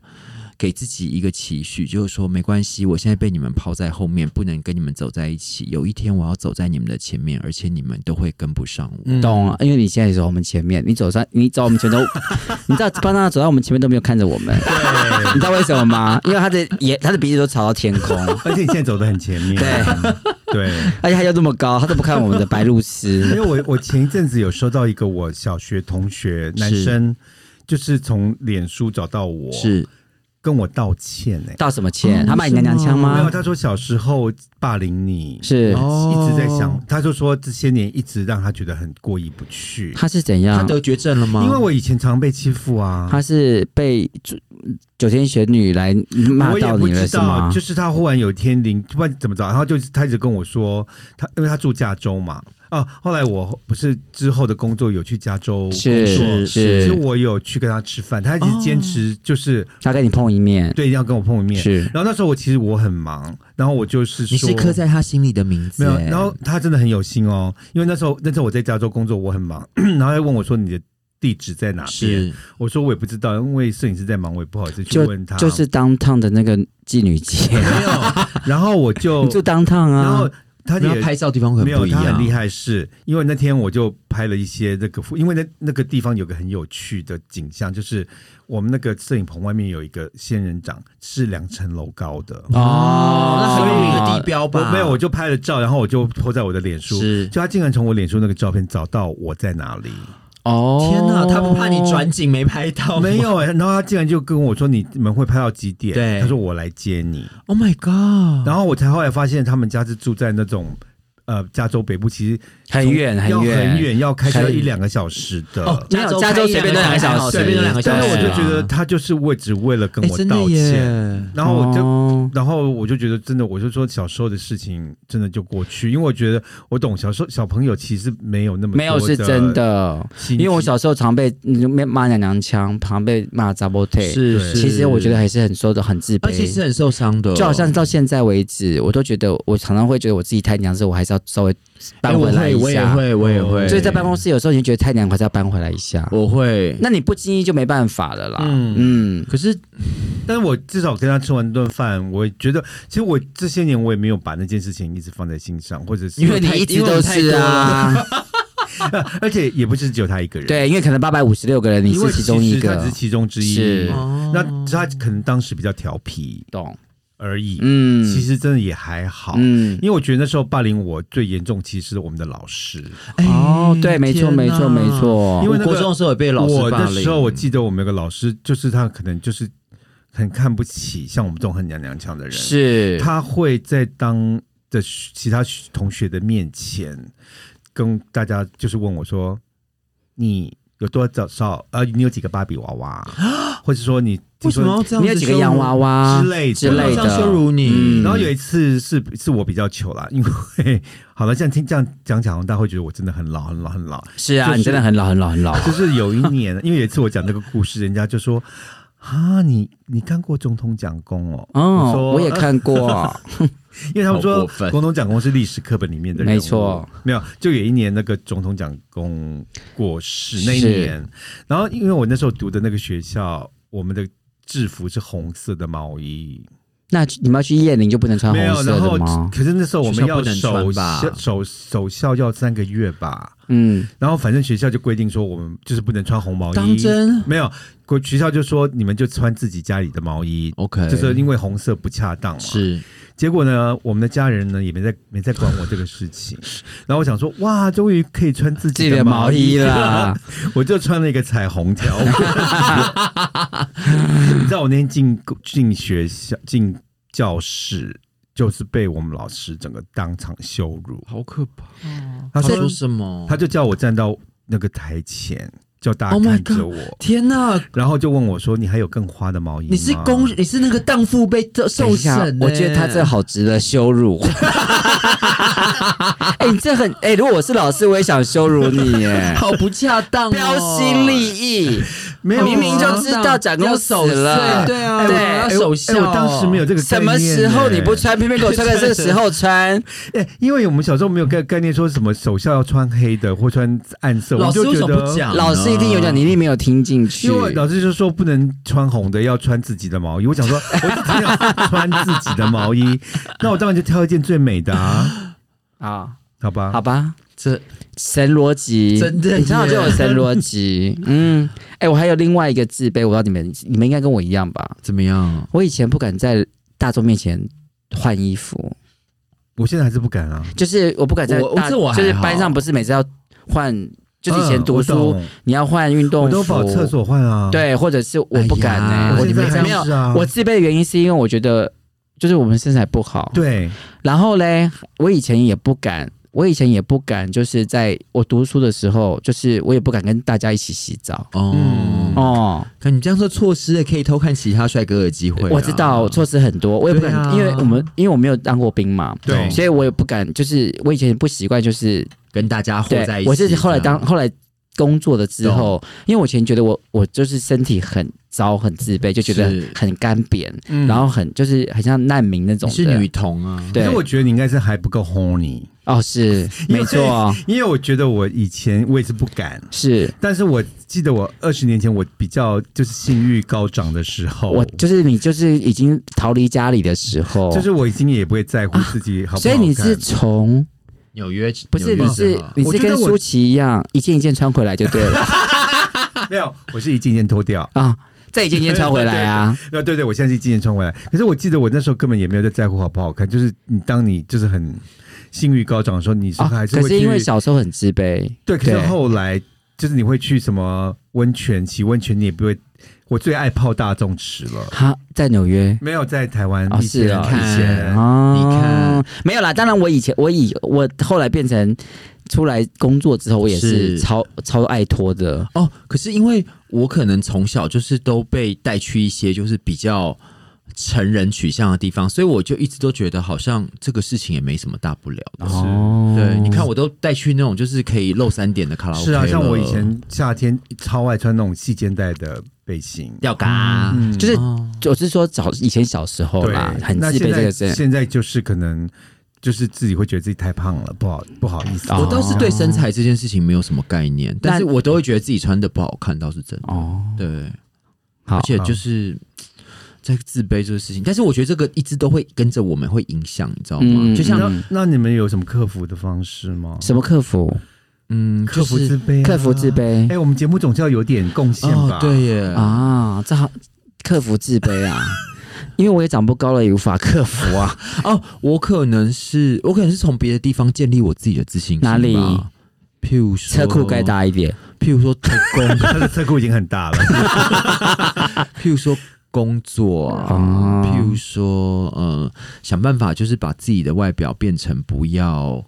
给自己一个期许，就是说没关系，我现在被你们抛在后面，不能跟你们走在一起。有一天我要走在你们的前面，而且你们都会跟不上我。
嗯
懂啊，因为你现在走我们前面，你走上，你走我们前 头，你知道巴娜走到我们前面都没有看着我们，你知道为什么吗？因为他的眼，他的鼻子都朝到天空，
而且你现在走的很前面， 嗯
对，
对，
而且他又这么高，他都不看我们的白鹭
因
鸶。
为我我前一阵子有收到一个我小学同学男生，就是从脸书找到我，
是
跟我道歉呢、
道什么歉？他骂你娘娘腔
哦没有，
吗？
他说小时候霸凌你，
是
一直在想
哦，
他就说这些年一直让他觉得很过意不去，
他是怎
他
样？
得绝症了吗？
因为我以前常被欺负啊，
他是被九九天玄女来骂
我也
到
不
你了
知
是
道，
吗
就？是他忽然有一天灵，不知道怎么着，然后就他一直跟我说，他因为他住加州嘛，啊，后来我不是之后的工作有去加州
是
工作
是
其实
是，
我有去跟他吃饭，他一直坚持就是、
他跟你碰一面，
对一定要跟我碰面。
是
然后那时候我其实我很忙，然后我就是
你
说
是刻在他心里的名字、
没有，
哎
然后他真的很有心哦，因为那时候那时候我在加州工作，我很忙，然后他问我说你的地址在哪边，
是
我说我也不知道，因为摄影师在忙，我也不好意思去
就
问他。
就是当烫的那个妓女节，
没有，然后我就
你住当烫
然后
啊？
他
嗯然后
也
拍照的地方很
没有，
不一
他
样，
很厉害是，因为那天我就拍了一些那个，因为那那个地方有个很有趣的景象，就是我们那个摄影棚外面有一个仙人掌，是两层楼高的。
哦，那很有名的地标
我
吧？
没有，我就拍了照，然后我就 po 在我的脸书，
是
就他竟然从我脸书那个照片找到我在哪里，
哦，
天哪，他不怕你转景没拍到？
没有、欸，然后他竟然就跟我说你们会拍到几点？
对
他说我来接你，
，Oh my God！
然后我才后来发现他们家是住在那种呃加州北部，其实
很远很
要
远
很，远，要开车
很
一两个小时的。
哦，
没有
加
加
州开
州随便
一
都两个
还
小时
好随便都两个小
呃但
时，
是我就
对啊
觉得他就是为只为了跟
哎
我
真的
道歉，
耶。
然后我就。
哦
然后我就觉得真的，我就说小时候的事情真的就过去，因为我觉得我懂小时候小朋友其实没有那么
没有
多
是真，的，因为我小时候常被嗯被骂娘娘腔，常被骂杂波腿。
是，
其实我觉得，还是很受的很自
而且是
卑。
很受伤的，哦
就好像到现在为止，我都觉得我常常会觉得我自己太娘，所以我还是要稍微
哎
搬回来一
我也
下。
会，我也会，我也会
所以在办公室有时候你觉得太娘，还是要搬回来一下。
我会。
那你不经意就没办法了啦。
嗯，
嗯，
可是
但是我至少跟他吃完顿饭，我也觉得其实我这些年我也没有把那件事情一直放在心上，或者是
因为你一直都是啊，
而且也不是只有他一个人，，
对，因为可能八百五十六个人，你
因为
是其中
其实
一
他
个
只是，其中之一，
是
哦
那他可能当时比较调皮
懂？
而已，
嗯，
其实真的也还好，
嗯，
因为我觉得那时候霸凌我最严重，其实是我们的老师。
哎
哦，对，没错，
天哪
没错，没错
因。为
我
那个
国中的时候也被老师
我
霸
那
凌。
时候我记得我们有个老师，就是他可能就是很看不起像我们这种很娘娘腔的人，
是，
他会在当的其他同学的面前跟大家就是问我说，你有多少少呃，你有几个芭比娃娃， 或者说你
为什么要这样？
你有几个洋娃？娃
之类的
之
这
类
样
的，
羞辱你
嗯
然后有一次是是我比较糗啦，因为 好了，这样听这样讲讲，大家会觉得我真的很老很老很老。
是啊，
就是
你真的很老很老很老。
就是有一年，因为有一次我讲这个故事，人家就说啊，你你看过总统讲功哦？我
哦
说，
我也，看过，
呃因为他们
好
说
过分
总统讲功是历史课本里面的人物
没错，
没有，就有一年那个总统讲功过世那一
是
年，然后因为我那时候读的那个学校，我们的制服是红色的毛衣，
那你们要去夜林就不能穿
没有，
红
然
色
后
的吗？
可是那时候我们
学校
要
不能
守
穿吧
校守守校要三个月吧，
嗯，
然后反正学校就规定说我们就是不能穿红毛衣，
当 真
没有，国学校就说你们就穿自己家里的毛衣。
？OK，
就是因为红色不恰当嘛，
哦是
结果呢，我们的家人呢也没在没在管我这个事情。 然后我想说，哇，终于可以穿自
自
己
己的
的
毛衣啦
了，， 我就穿了一个彩虹条 纹。你知道我那天进进学校进教室，就是被我们老师整个当场羞辱。
好可怕。
他
他
说
说什么？
他就叫我站到那个台前，叫大家
Oh my
看着我
天哪！
然后就问我说：“你还有更花的毛衣吗？”
你是公，你是那个荡妇被
嗯等
受
一下
审欸哦呢。。
我觉得他这好值得羞辱。 哎、你这很哎、如果我是老师，我也想羞辱你耶
好不恰当哦，
标新立异，
没有啊
明明就知道蒋公哦死
要守
了
岁对啊，
对
要
哎
守
我
孝
哎我当时没有这个概
什
念
么时候
欸
你不？穿，偏偏给我穿在这个时 候穿？
哎，因为我们小时候没有概概念，说什么手校要穿黑的或穿暗色，我
老
们
师
就
为
觉
什么不
得。
讲呢？
老师一定有讲，你一定没有听进去
因。为老师就说不能穿红的，要穿自己的毛衣。我想说，我就只想穿自己的毛 衣，那我当然就挑一件最美的啊，
啊，
好吧？
好吧，
这
神逻辑，
真的耶
你知道就有神逻辑。嗯，哎、我还有另外一个自卑，我不知道你们，你们应该跟我一样吧？
怎么样？
我以前不敢在大众面前换衣服，
我现在还是不敢啊。
就是我不敢在
我
大
这我还
就是
好
班上不是每次要换，就是以前
嗯
读
我
书、
懂
你要换运动
我
服，
都跑厕所换啊。，
对，或者是我不敢呢、
哎呀
我
我现在
没
还
没有
是啊，
我自卑的原因是因为我觉得就是我们身材不好，
对，
然后嘞，我以前也不敢，我以前也不敢，就是在我读书的时候，就是我也不敢跟大家一起洗澡。
哦、
嗯
哦，
可你这样说错失了可以偷看其他帅哥的机会啊、
我知道措施很多，我也不敢，
对啊
因为我们因为我没有当过兵嘛，
对
所以我也不敢，就是我以前也不习惯，就是
跟大家和
对
在一，起。啊嗯
我是后来当后来工作了之
懂
后，因为我以前觉得我我就是身体很糟很自卑，就觉得
是
很干扁，
嗯
然后很就是很像难民那
你
种的，
是女童啊，
可
对
是我觉得你应该是还不够 horny，
哦是
因为
没错
因为我觉得我以前我也是不敢，
是。
但是我记得我二十年前我比较就是性欲高涨的时候，
我就是你，就是已经逃离家里的时候，
就是我已经也不会在乎自己好不好
啊所以你是
看
从
纽约
不是
纽
你
约
是
吗
你
我
是
觉得
跟
我
舒淇一样一件一件穿回来就对 了
没有，我是一件一件脱掉。
啊，再一件一件穿回来啊，
啊，对对，我现在是今年穿回来。可是我记得我那时候根本也没有在在乎好不好看，就是你当你就是很性欲高涨的时候，你是
啊
还是会
可
去、
是因为小时候很自卑，
对，可是后来就是你会去什么温泉洗温泉，你也不会。我最爱泡大众池了，
哈，在纽约
没有在台湾
哦
以前
是哦
以前
哦，
你看
没有啦，当然我以前我以我后来变成出来工作之后，我也是
是
超超爱拖的，
哦，可是因为我可能从小就是都被带去一些就是比较成人取向的地方，所以我就一直都觉得好像这个事情也没什么大不了的。
哦，
对，你看我都带去那种就是可以露三点的卡拉 OK
是啊，像我
了
以前夏天超爱穿那种细肩带的背心，
要嘎，
嗯
就是
哦
我是说早以前小时候
对
啦，，很
那
自卑
现
这
在
个是
现在就是可能就是自己会觉得自己太胖了，不好不好意思，
哦
我倒是对身材这件事情没有什么概念，但是我都会觉得自己穿的不好看，倒是真的。
哦，
对，
好
而，且就是在自卑这个事情，但是我觉得这个一直都会跟着我们会影响，你知道吗？
嗯
就像
那那你们有什么克服的方式吗？
什么客服？
嗯，
克服
就
自
是
卑、
克服自。卑
哎、我们节目总是要有点贡献吧、
哦，对耶，
啊，这好克服自卑啊， 因为我也长不高了，也无法克服 啊。
哦，我可能是我可能是从别的地方建立我自己的自信心吧
哪里
譬如说
车库该，大一点，
譬如说成功，
他的车库已经很大了。
譬如说工作啊，
哦
譬如说呃，想办法就是把自己的外表变成不要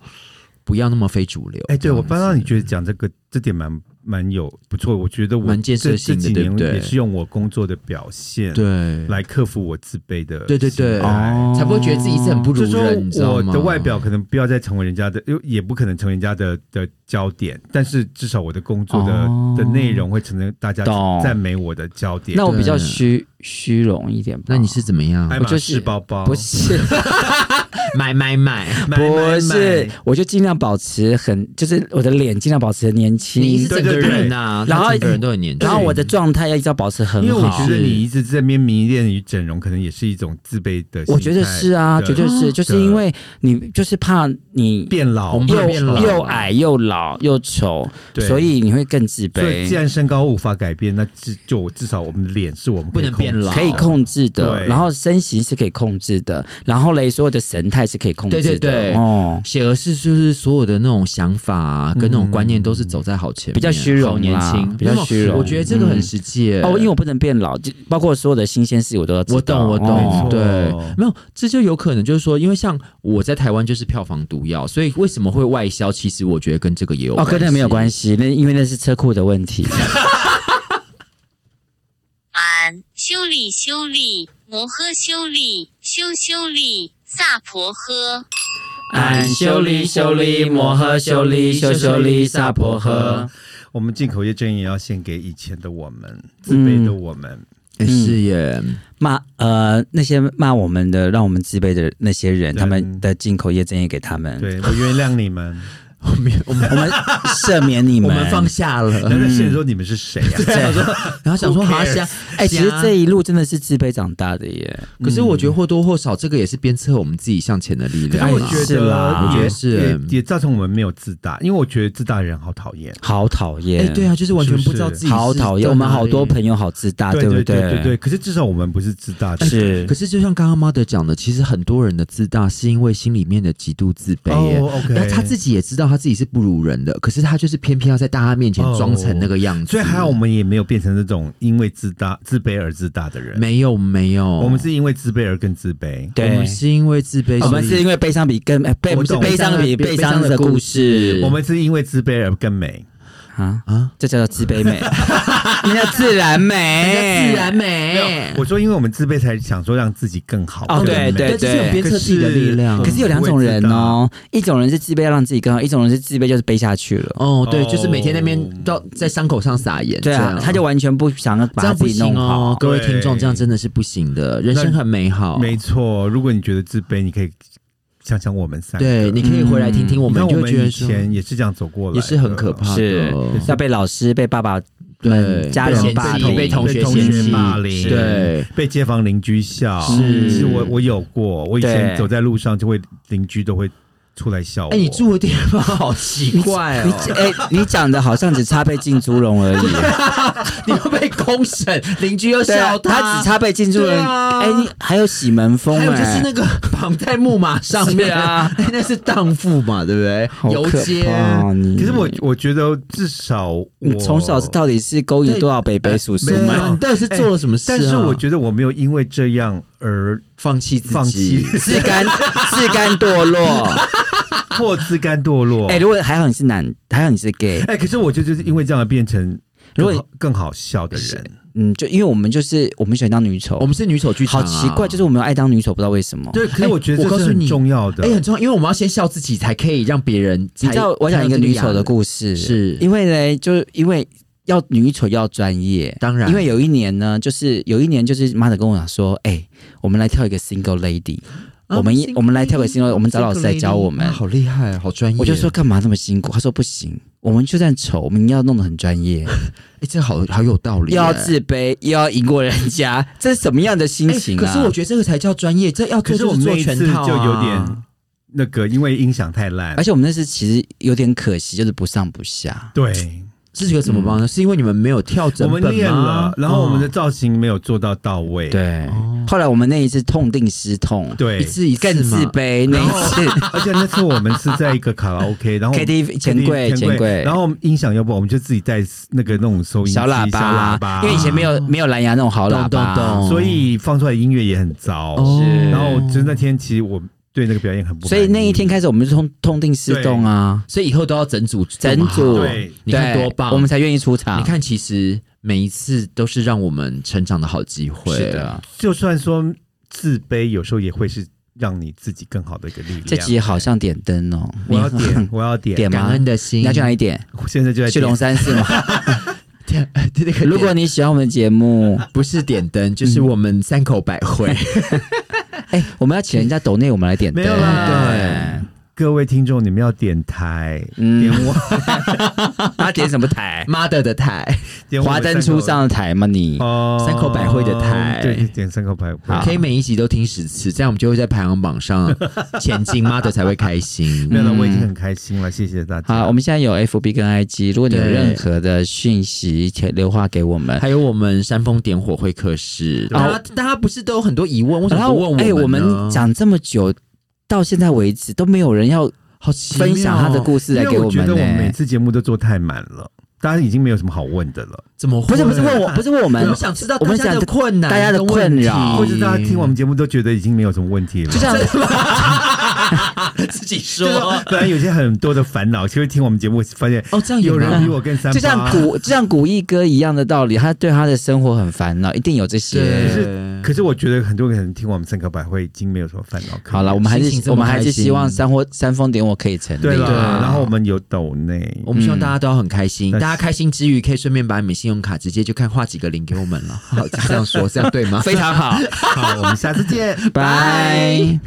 不要那么非主流。
哎、对，我
这
刚
样子
刚你觉得讲这个这点蛮蛮有不错，我觉得我
蛮建设
这
性的
这几
对不
年
对
也是用我工作的表现
对
来克服我自卑的心态。
对对对
哦
才不会觉得自己是很不如
就
人，你知
是说
道
我
吗？
的外表可能不要再成为人家的，又也不可能成为人家的的焦点，但是至少我的工作的、
哦
的内容会成为大家
懂
赞美我的焦点。
那我
对
比较虚虚荣一点吧。
那你是怎么样
爱？
我
马
就是
仕包包
不是
买买买！
买
不
买
是
买，
我就尽量保持很，就是我的脸尽量保持年
你是
轻，
对
整个
对对
人呐，
然后
他整个人都很年轻，
然后我的状态要一直要保持很
因为我
好
觉。得
是
你一直在那边迷恋于整容，可能也是一种自卑的心态。
我觉得是啊，绝对是，就是因为你就是怕你
变老，
我们怕
又
变老
又矮又老又丑，
对
所以你会更自
所以既
卑，
然身高无法改变，那至就至少我们的脸是我们可以
不能
控制
变老
可以控制的。
对
然后身形是可以控制的，然后嘞，所有的神态是可以控制的。
对对对
哦，
写而是就是所有的那种想法、啊、跟那种观念都是走在好前面，
嗯比较虚荣啦
好年轻，
比较虚荣
我觉得这个很实际耶、
哦，因为我不能变老，就包括所有的新鲜事我都要知道。
我懂，我懂，
哦
没错
对，没有，这就有可能就是说，因为像我在台湾就是票房毒药，所以为什么会外销？其实我觉得跟这个也有
哦，跟那个没有关
系。
系，那因为那是车库的问题。
俺修理修理摩诃修理修修理萨婆诃。
俺修理修理摩诃修理修修理萨婆诃。
我们进口业证也要献给以前的我们，自
嗯
卑的我们。
哎是耶，
骂呃那些骂我们的、让我们自卑的那些人，
人
他们的进口业证也给他们。
对我原谅你们，
我们我们
我们赦免你
我
们，
们放下
嗯
了，
然后在现实说你们是谁啊？
然后想说
Who
好
cares？
想，
哎、其实
想
这一嗯路真的是自卑长大的耶。
可是我觉得或多或少，这个也是鞭策我们自己向前的力
可
啊
量
是我
啦。
觉
是啦
得
我觉
也
得是啊
也也造成我们没有自大，因为我觉得自大的人好讨厌。
好讨
哎、
厌，
对啊，就是完全
是
不
不
知道
是
自己是
好讨厌。
在
我们
哪
好多
里
朋友好自大，
对
啊不哦
对对对，可是至少我们不是自大的人。
是
可是就像刚刚 mother 讲的，其实很多人的自大是因为心里面的极度自卑耶。
哦，OK
然后他自己也知道他自己是不如人的，可是他就是偏偏要在大家面前装成那个样子。
所以还好我们也没有变成那种因为自大、自卑而自大的人。
没有没有，
我们是因为自卑而更自卑。
我们
对，
是因为自卑，
我们是因
为
为悲伤比更哎悲
我
不是
懂
悲伤比悲伤的故事，
我们是因为自卑而更美。
啊
啊
啊，这叫做自卑美，那叫自然美，
自然
哎没
美
有，。我说因为我们自卑才想说让自己更好。
哎哦
更美
对对
这是有鞭策自己的力量。
可
可是有两种人哦，一种人是自卑要让自己更好，一种人是自卑就是背下去了。
哦，对，就是每天那
哦
边到在伤口上撒盐，
对
这
啊
样，
他就完全不想要
这
把
样
自
不
己
行
弄
哦
好，。
各位听众，
对
这样真的是不行的，人生很美好，
没错，如果你觉得自卑，你可以想想我们三个。
对，你可以回来听听我
嗯你
们，
看
就
我们
会觉得
以
说
前也是这样走过来的，
也是很可怕
是
的，
要被老师、被爸爸、
对
家
被
人
嫌
霸
弃
凌、
被同学
同
嫌
学
弃
霸凌，
对，
被街坊邻居笑，
是
是我我有过，我以前
对
走在路上就会邻居都会出来笑我。
哎，你住的地方好奇怪
你
哦，
哎、你讲的好像只差被进猪笼而已。
你会被公审， 邻居又
对啊
笑，
他只差被进猪笼。
对
哎、
啊
你还有洗门风、
还
哎，
有就是那个绑在木马上面
是啊，
哎那是荡妇嘛，对不
好
对？游
可
街，
怕哦你
可是我我觉得至少我
你从小到底是勾引多少北北叔叔
没
对
有
啊
们？
你到底是做了什么事啊？
但是我觉得我没有因为这样而
放弃自己，
放 弃
自甘自甘堕落。
或自甘堕落。
哎、
哎、
如果还好你是男，还好你是 gay，
可是我就就是因为这样而变成
如果
更好更好笑的人。
哎
嗯，就因为我们就是我们喜欢当女丑，
我们是女丑剧场
好
啊，
奇怪，就是我们爱当女丑，不知道为什么。
对，可是我觉得
我
这
告
是
诉你
很重要的。
哎，很重要，因为我们要先笑自己，才可以让别人才。
你知道我讲一个女丑的
事，
故事，
是
因为呢，就是因为要女丑要专业，
当然
因为有一年呢，就是有一年就是妈的跟我讲说，哎、我们来跳一个 single lady，、
啊
我们一
single
我们来跳个 single，我们找
Single
老师来教
lady，
我们
啊。好厉害，好专业。
我就说，干嘛那么辛苦？他说不行，我们就算丑，我们要弄得很专业，
哎，这好好有道理
又
耶，
啊
要自卑，又要赢过人家，这是什么样的心
哎
情啊？
可是我觉得这个才叫专业，这要
可是
做就
我们那
做
一
全
次
套啊
就有点那个，因为音响太烂
哎
而。且我们那次其实有点可惜，就是不上不下。
对，
是这个什么帮呢？是因为你们没有
嗯
跳
我
整
们
本
练了
吗，？
然后我们的
哦
造型没有做到到位。
对，
哦
后来我们那一次痛定思痛，
对
一，次一次
更自
嘛。
卑那一次。
而且那次我们是在一个卡拉 OK，然后
KTV 钱柜钱柜
然后我们音响要不我们就自己带那个那种收音机
小喇叭，
小喇叭
因为以前没有没有蓝牙那种好喇叭，
懂懂懂
所以放出来的音乐也很糟。
是
然后就那天其实我对那个表演很不满意，
哦所以那一天开始我们就痛痛定思痛啊，
所以以后都要整组做
整
嘛
组
对
你看
对
多棒，啊
我们才愿意出场。
你看，其实每一次都是让我们成长的好机会。啊
是的，
就算说自卑，有时候也会是让你自己更好的一个力量。
这集好像点灯哦，
我要
你
点，我要点，
点
感
吗
恩？的心，
你要去哪里点？
我现在就在
去
点
龙山寺吗？
点？对 那个点嗯
如果你喜欢我们的节目，
不是点灯，就是我们三口百 惠。
哎，我们要请人家抖内，我们来点灯。
没有啦
对，
各位听众，你们要点台，
嗯
点我，
他点什么台？
妈的的台，
点我
华灯初上的台吗？你
哦，
三口百惠的台
对，点三口百惠。
好
可以每一集都听十次，这样我们就会在排行榜 上前进，妈的才会开心。
没有了，我已经很开心了，谢谢大家。
好，我们现在有 FB 跟 IG，如果你有
对
任何的讯息，请留话给我们。
还有我们煽风点火会客室，
对
大家大家不是都有很多疑问，为什
然
么
后
不问我们呢？
哎，我们讲这么久，到现在为止都没有人要
好奇妙
分享他的故事
因
来
为
给
我觉
们
得
呢、
我们每次节目都做太满了，大家已经没有什么好问的了，
怎么
不是不 是问我，不是问我
我
们
们，想知道
我
大
们
家
想
的困难，
大家的困扰
或者大家听我们节目都觉得已经没有什么问题了。
嗯就像
自己说
就是说本来有些很多的烦恼，其实听我们节目发现
哦，这样
有
有
人比
人
我更三八，
就像古就像古一哥一样的道理，他对他的生活很烦恼，一定有这些。
对
可是我觉得很多人听我们三口百惠已经没有什么烦恼可以。
好了，我们还
心情
是
这么
我们还
开
是
心
希望山火山峰点我可以成立。
对了，
对啊
然后我们有抖内，
我们希望大家都要很开心，
嗯
大家开心之余，可以顺便把你们信用卡直接就看划几个零给 我们了。好，就这样说，这样对吗？
非常好，
好，我们下次见。
拜。